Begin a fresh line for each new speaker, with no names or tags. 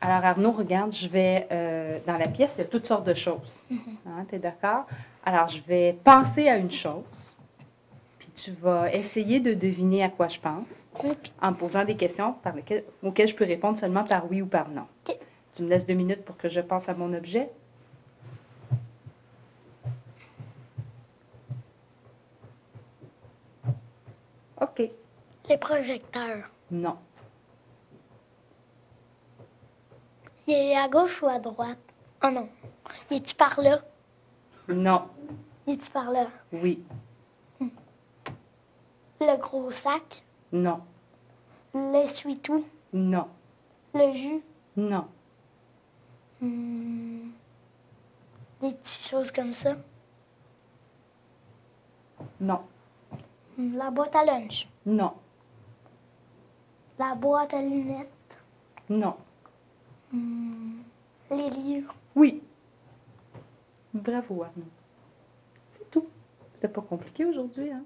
Alors, Arnaud, regarde, je vais. euh, dans la pièce, il y a toutes sortes de choses. tu es d'accord? Alors, je vais penser à une chose, puis tu vas essayer de deviner à quoi je pense
Ok.
en me posant des questions par lesquelles- auxquelles je peux répondre seulement par oui ou par non.
Ok.
Tu me laisses deux minutes pour que je pense à mon objet? OK.
Les projecteurs.
Non.
Il est à gauche ou à droite? Oh non. Il est-tu par là?
Non.
Il est-tu par là?
Oui.
Le gros sac?
Non.
L'essuie-tout?
Non.
Le jus?
Non.
Hmm. Des petites choses comme ça.
Non.
Hmm, La boîte à lunch.
Non.
La boîte à lunettes.
Non.
Hmm. Les livres.
Oui. Bravo, Arnaud. C'est tout. C'était pas compliqué aujourd'hui, hein?